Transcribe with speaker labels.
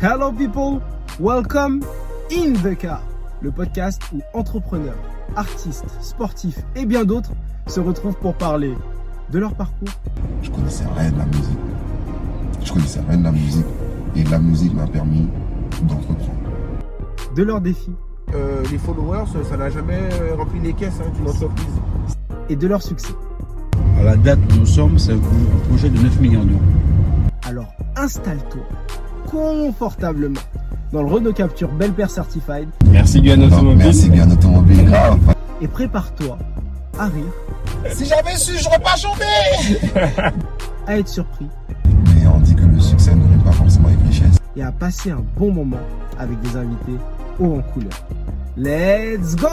Speaker 1: Hello people, welcome in the car, le podcast où entrepreneurs, artistes, sportifs et bien d'autres se retrouvent pour parler de leur parcours.
Speaker 2: Je connaissais rien de la musique. Je connaissais rien de la musique. Et la musique m'a permis d'entreprendre.
Speaker 1: de leurs défis
Speaker 3: Euh, les followers, ça n'a jamais euh, rempli les caisses hein, d'une entreprise.
Speaker 1: et de leurs succès.
Speaker 4: À la date où nous sommes, c'est un projet de 9 millions d'euros.
Speaker 1: Alors installe-toi confortablement dans le Renault Capture Bel Air Certified
Speaker 4: Merci Guyan
Speaker 2: Non, merci Gain Automobile. Grave.
Speaker 1: et prépare-toi à rire,
Speaker 2: Si j'avais su, j'aurais pas chanté.
Speaker 1: à être surpris
Speaker 2: Mais on dit que le succès ne vient pas forcément avec richesse.
Speaker 1: et à passer un bon moment avec des invités haut en couleur. Let's go